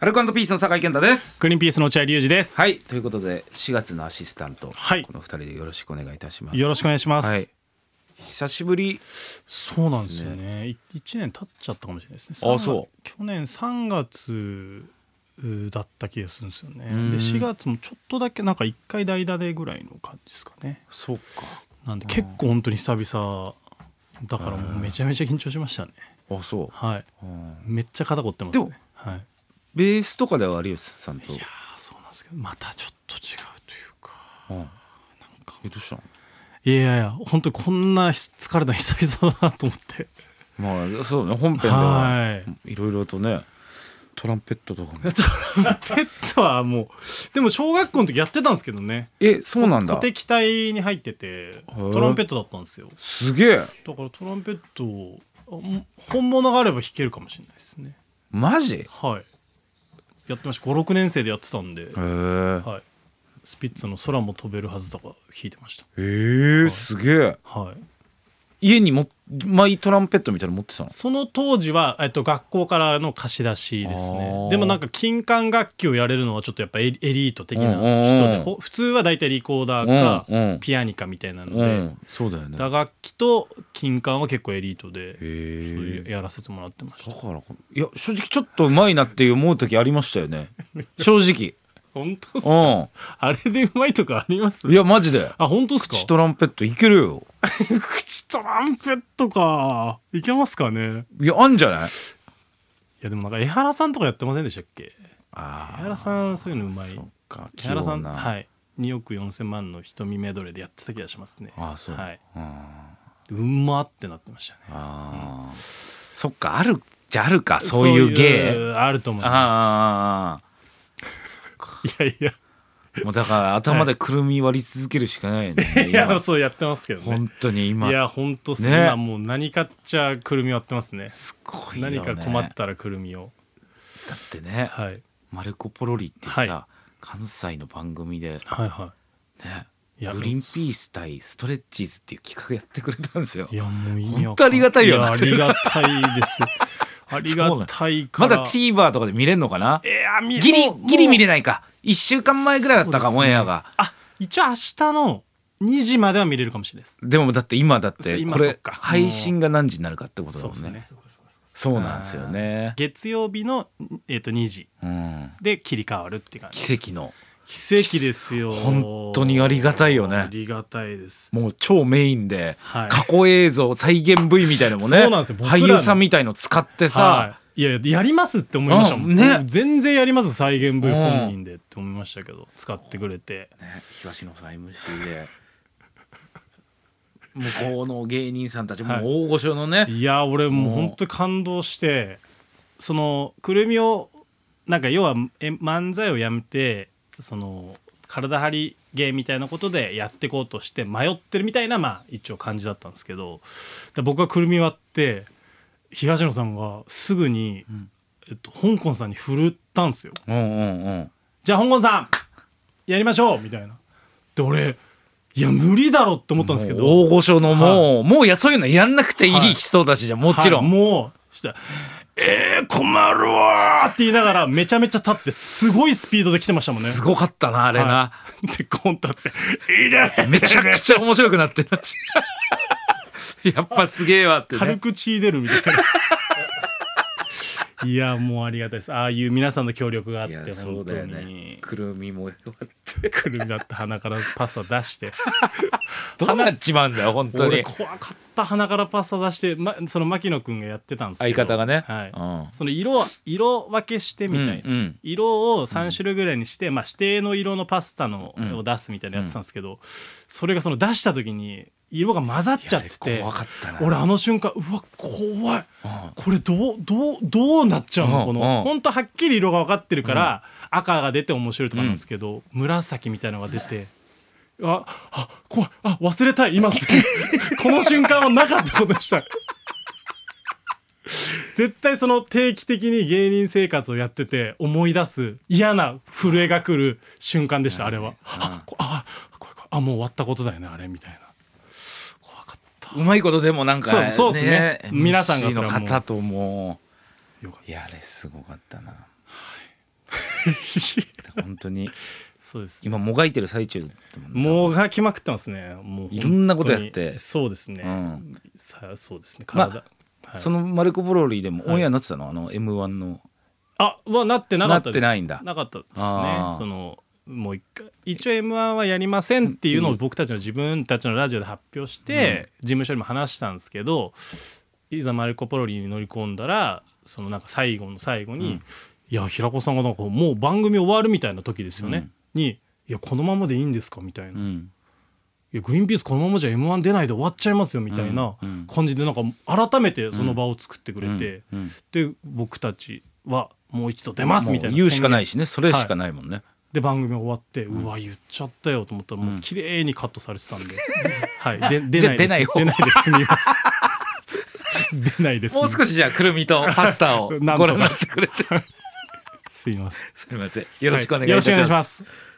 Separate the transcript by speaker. Speaker 1: アルコピースの酒井健太です。
Speaker 2: グリーンピースの落合隆二です。
Speaker 1: はい、ということで、4月のアシスタント、
Speaker 2: はい
Speaker 1: この2人でよろしくお願いいたします。
Speaker 2: よろしくお願いします。
Speaker 1: はい。久しぶり。
Speaker 2: そうなんですよね。い一年経っちゃったかもしれないですね。
Speaker 1: あ
Speaker 2: さん
Speaker 1: そう
Speaker 2: 去年3月うだった気がするんですよね。で
Speaker 1: ん
Speaker 2: 4月もちょっとだけなんか1回代打でぐらいの感じですかね。
Speaker 1: そうか。
Speaker 2: なんで結構本当に久々だからもうめちゃめちゃ緊張しましたね。
Speaker 1: あ、そ
Speaker 2: はい。
Speaker 1: う。うん
Speaker 2: めっちゃ肩凝ってます
Speaker 1: でも
Speaker 2: ね。はい。
Speaker 1: ベースとかでは有吉さんと。
Speaker 2: いやーそうなんですけどまたちょっと違うというか。
Speaker 1: うん、
Speaker 2: なんか
Speaker 1: え、どうしたの。
Speaker 2: いやいや本当にこんな疲れたの久々だなと思って。
Speaker 1: まあ、そうね、本編では。
Speaker 2: はい。
Speaker 1: いろいろとね。トランペットとかも。
Speaker 2: トランペットはもうでも小学校の時やってたんですけどね
Speaker 1: え、そうなんだ
Speaker 2: 鼓。笛隊に入ってて
Speaker 1: ー
Speaker 2: トランペットだったんですよ
Speaker 1: すげえ。
Speaker 2: だからトランペットをあも本物があれば弾けるかもしれないですね
Speaker 1: マジ。へ
Speaker 2: はいやってました56年生でやってたんで、
Speaker 1: え。
Speaker 2: はい、スピッツの「空も飛べるはず」とか弾いてました
Speaker 1: ええ、すげえ。
Speaker 2: はい
Speaker 1: 家にも、マイトランペットみたいなの持ってたの。
Speaker 2: その当時は、えっと、学校からの貸し出しです
Speaker 1: あ
Speaker 2: ね
Speaker 1: ー
Speaker 2: でもなんか金管楽器をやれるのはちょっとやっぱエリエリート的な人で、
Speaker 1: うんうんうん
Speaker 2: ほ普通は大体リコーダーか
Speaker 1: うんうん
Speaker 2: ピアニカみたいなので、
Speaker 1: うん、そうだよね。
Speaker 2: 打楽器と金管は結構エリートで、
Speaker 1: へえ
Speaker 2: そういうやらせてもらってまし
Speaker 1: だ
Speaker 2: た
Speaker 1: からこのいや正直ちょっとうまいなって思う時ありましたよ ね正直
Speaker 2: 本当っすか
Speaker 1: う
Speaker 2: あれでうまいとかあります
Speaker 1: んいやマジで
Speaker 2: あ本当っすか
Speaker 1: 口トランペットいけるよ
Speaker 2: 口トランペットかいけますかね
Speaker 1: いやあんじゃない
Speaker 2: いやでもなんか江原さんとかやってませんでしたっけ江
Speaker 1: あ
Speaker 2: 原さんそういうのうま
Speaker 1: あ
Speaker 2: い
Speaker 1: そっか
Speaker 2: 木原さん
Speaker 1: 器用な
Speaker 2: はい2億4千万の瞳メドレーでやってた気がしますね
Speaker 1: あそう
Speaker 2: はい、
Speaker 1: うん
Speaker 2: うまってなってましたね
Speaker 1: あーそっかあるじゃあるかそういう
Speaker 2: そう
Speaker 1: 芸
Speaker 2: いうあると思いま
Speaker 1: ああ
Speaker 2: すいやいや
Speaker 1: もうだから頭でくるみ割り続けるしかないよね、
Speaker 2: い
Speaker 1: 今
Speaker 2: や そうやってますけどね
Speaker 1: 本当に今
Speaker 2: いやほんとそん
Speaker 1: ね
Speaker 2: なもう何かっちゃくるみ割ってますね
Speaker 1: すごいよ、ね、
Speaker 2: 何か困ったらくるみを
Speaker 1: だってね
Speaker 2: はい
Speaker 1: マルコ・ポロリっていうさ、
Speaker 2: はい
Speaker 1: 関西の番組で
Speaker 2: はいは
Speaker 1: ね
Speaker 2: いや
Speaker 1: グリーンピース対ストレッチーズっていう企画やってくれたんですよ
Speaker 2: いいやもういい
Speaker 1: ほんとありがたいよね
Speaker 2: やありがたいです ありがたいか
Speaker 1: ま
Speaker 2: ら
Speaker 1: だ TVer とかで見れるのかな
Speaker 2: えーあみ
Speaker 1: ギリ
Speaker 2: もう
Speaker 1: ギリ見
Speaker 2: も
Speaker 1: れないか1週間前ぐらいだったか
Speaker 2: そうです
Speaker 1: も
Speaker 2: ね
Speaker 1: エアが
Speaker 2: うあ一応明日の2時までは見れるかもしれないです
Speaker 1: でもだって今だっ
Speaker 2: そう
Speaker 1: て
Speaker 2: 今
Speaker 1: こ
Speaker 2: そっ
Speaker 1: れ
Speaker 2: か
Speaker 1: 配信が何時になるかってことだ
Speaker 2: そう
Speaker 1: も
Speaker 2: で
Speaker 1: ん
Speaker 2: す
Speaker 1: ね
Speaker 2: ね
Speaker 1: そうなんですよね
Speaker 2: 月曜日の、えー、と2時
Speaker 1: うん
Speaker 2: で切り替わるって感じ
Speaker 1: 奇跡の
Speaker 2: 奇跡ですよ
Speaker 1: 本当にありがたいよね
Speaker 2: ありがたいです
Speaker 1: もう超メインで
Speaker 2: はい
Speaker 1: 過去映像再現 V みたいなのもね
Speaker 2: そうなんですよ僕ら
Speaker 1: 俳
Speaker 2: の
Speaker 1: 優さんみたいの使ってさ
Speaker 2: はい、いやいややりますって思いましたも
Speaker 1: うん
Speaker 2: ん、
Speaker 1: ね
Speaker 2: 全然やります再現
Speaker 1: う
Speaker 2: V
Speaker 1: ん
Speaker 2: 本人でって思いましたけど使ってくれて
Speaker 1: ね、東野さん MC で向こうの芸人さんたちも
Speaker 2: はいう
Speaker 1: 大御所のね、
Speaker 2: いや俺もう
Speaker 1: もう
Speaker 2: 本当に感動してそのくるみをなんか要はえ漫才をやめてその体張り芸みたいなことでやっていこうとして迷ってるみたいなまあ一応感じだったんですけどで僕がくるみ割って東野さんがすぐに、えっと、香港さんに振るったんですよ。
Speaker 1: うんうんうん
Speaker 2: じゃあ香港さんやりましょうみたいな。で俺いや無理だろって思ったんですけど
Speaker 1: もう大御所のもう、もうやそういうのやんなくていい人たちじゃんもちろん、
Speaker 2: はいもうしたらえー、困るわーって言いながらめちゃめちゃ立ってすごいスピードで来てましたもんね
Speaker 1: すごかったなあれな、
Speaker 2: はいでコン立って「いいね
Speaker 1: めちゃくちゃ面白くなってる やっぱすげえわって、ね、
Speaker 2: 軽く血出る」みたいないやもうありがたいですああいう皆さんの協力があっ
Speaker 1: い
Speaker 2: て
Speaker 1: やそ
Speaker 2: 本
Speaker 1: う
Speaker 2: 当
Speaker 1: だよ
Speaker 2: に、
Speaker 1: ねくるみもよかった
Speaker 2: くるみだって鼻からパスタ出して
Speaker 1: どうなっちまうんだよ本当
Speaker 2: 俺
Speaker 1: に
Speaker 2: 怖かった鼻からパスタ出して、ま、その牧野くんがやってたんですけど
Speaker 1: 相方がね
Speaker 2: はい
Speaker 1: うん
Speaker 2: その色を色分けしてみたいな、
Speaker 1: うんうん
Speaker 2: 色を3種類ぐらいにして、まあ、指定の色のパスタの、
Speaker 1: ん
Speaker 2: を出すみたいなのやってたんですけど、それがその出した時に色が混ざっちゃって
Speaker 1: いやあ
Speaker 2: て
Speaker 1: れ怖かったな
Speaker 2: 俺あの瞬間うわ怖い
Speaker 1: うん
Speaker 2: これどうどうどうなっちゃうの、
Speaker 1: うん
Speaker 2: こ
Speaker 1: うん
Speaker 2: の本当はっきり色が分かってるから、赤が出て面白いとかなんですけど、紫みたいのが出て。ああ怖いあ忘れたい今すぐ この瞬間はなかったことにしたい絶対その定期的に芸人生活をやってて思い出す嫌な震えが来る瞬間でしたあれはあこあ怖い怖いあもう終わったことだよねあれみたいな怖かった
Speaker 1: うまいことでもなんか
Speaker 2: そうそうですね皆さんが
Speaker 1: MC
Speaker 2: それ
Speaker 1: の
Speaker 2: はもう
Speaker 1: 方とも
Speaker 2: よかっ
Speaker 1: ういやあれすごかったな 本当に
Speaker 2: そうですね
Speaker 1: 今もがいてる最中だもんね
Speaker 2: もうがきまくってますねもうい
Speaker 1: いろんなことやって
Speaker 2: そうですね、
Speaker 1: うん
Speaker 2: さそうですね
Speaker 1: まあ
Speaker 2: 体、はい
Speaker 1: そのマルコ・ポロリでも
Speaker 2: はい
Speaker 1: オンエアになってたの、あの M1 の
Speaker 2: あはなってなかった
Speaker 1: なって
Speaker 2: です
Speaker 1: ないんだ
Speaker 2: なかったです
Speaker 1: あ
Speaker 2: ね
Speaker 1: ー
Speaker 2: そのもう一回一応 m 1はやりませんっていうのを僕たちの自分たちのラジオで発表して、事務所にも話したんですけどいざマルコ・ポロリに乗り込んだらそのなんか最後の最後に、
Speaker 1: うん
Speaker 2: いや平子さんがなんかもう番組終わるみたいな時ですよね、に「いやこのままでいいんですか?」みたいな、
Speaker 1: う
Speaker 2: い
Speaker 1: ん
Speaker 2: や「グリーンピースこのままじゃ m 1出ないで終わっちゃいますよ」みたいな
Speaker 1: うんうん
Speaker 2: 感じでなんか改めてその場を作ってくれて。
Speaker 1: うんうん
Speaker 2: で僕たちはもう一度出ますみたい
Speaker 1: もう
Speaker 2: な
Speaker 1: 言うしかない
Speaker 2: 宣
Speaker 1: しね
Speaker 2: 言
Speaker 1: それしかないもんね、
Speaker 2: で番組終わって、うわ言っちゃったよと思ったらもう綺麗にカットされてたんで、はい で出
Speaker 1: じゃあ
Speaker 2: ないで
Speaker 1: 出
Speaker 2: す
Speaker 1: ない方
Speaker 2: 出な いですすみます出ないです
Speaker 1: もう少しじゃあくるみとパスタをご
Speaker 2: な
Speaker 1: 覧
Speaker 2: んとか
Speaker 1: になってくれて
Speaker 2: すいません
Speaker 1: すみませんよろしくお願い
Speaker 2: はよ
Speaker 1: いた
Speaker 2: ろ
Speaker 1: します,、
Speaker 2: しくお願いします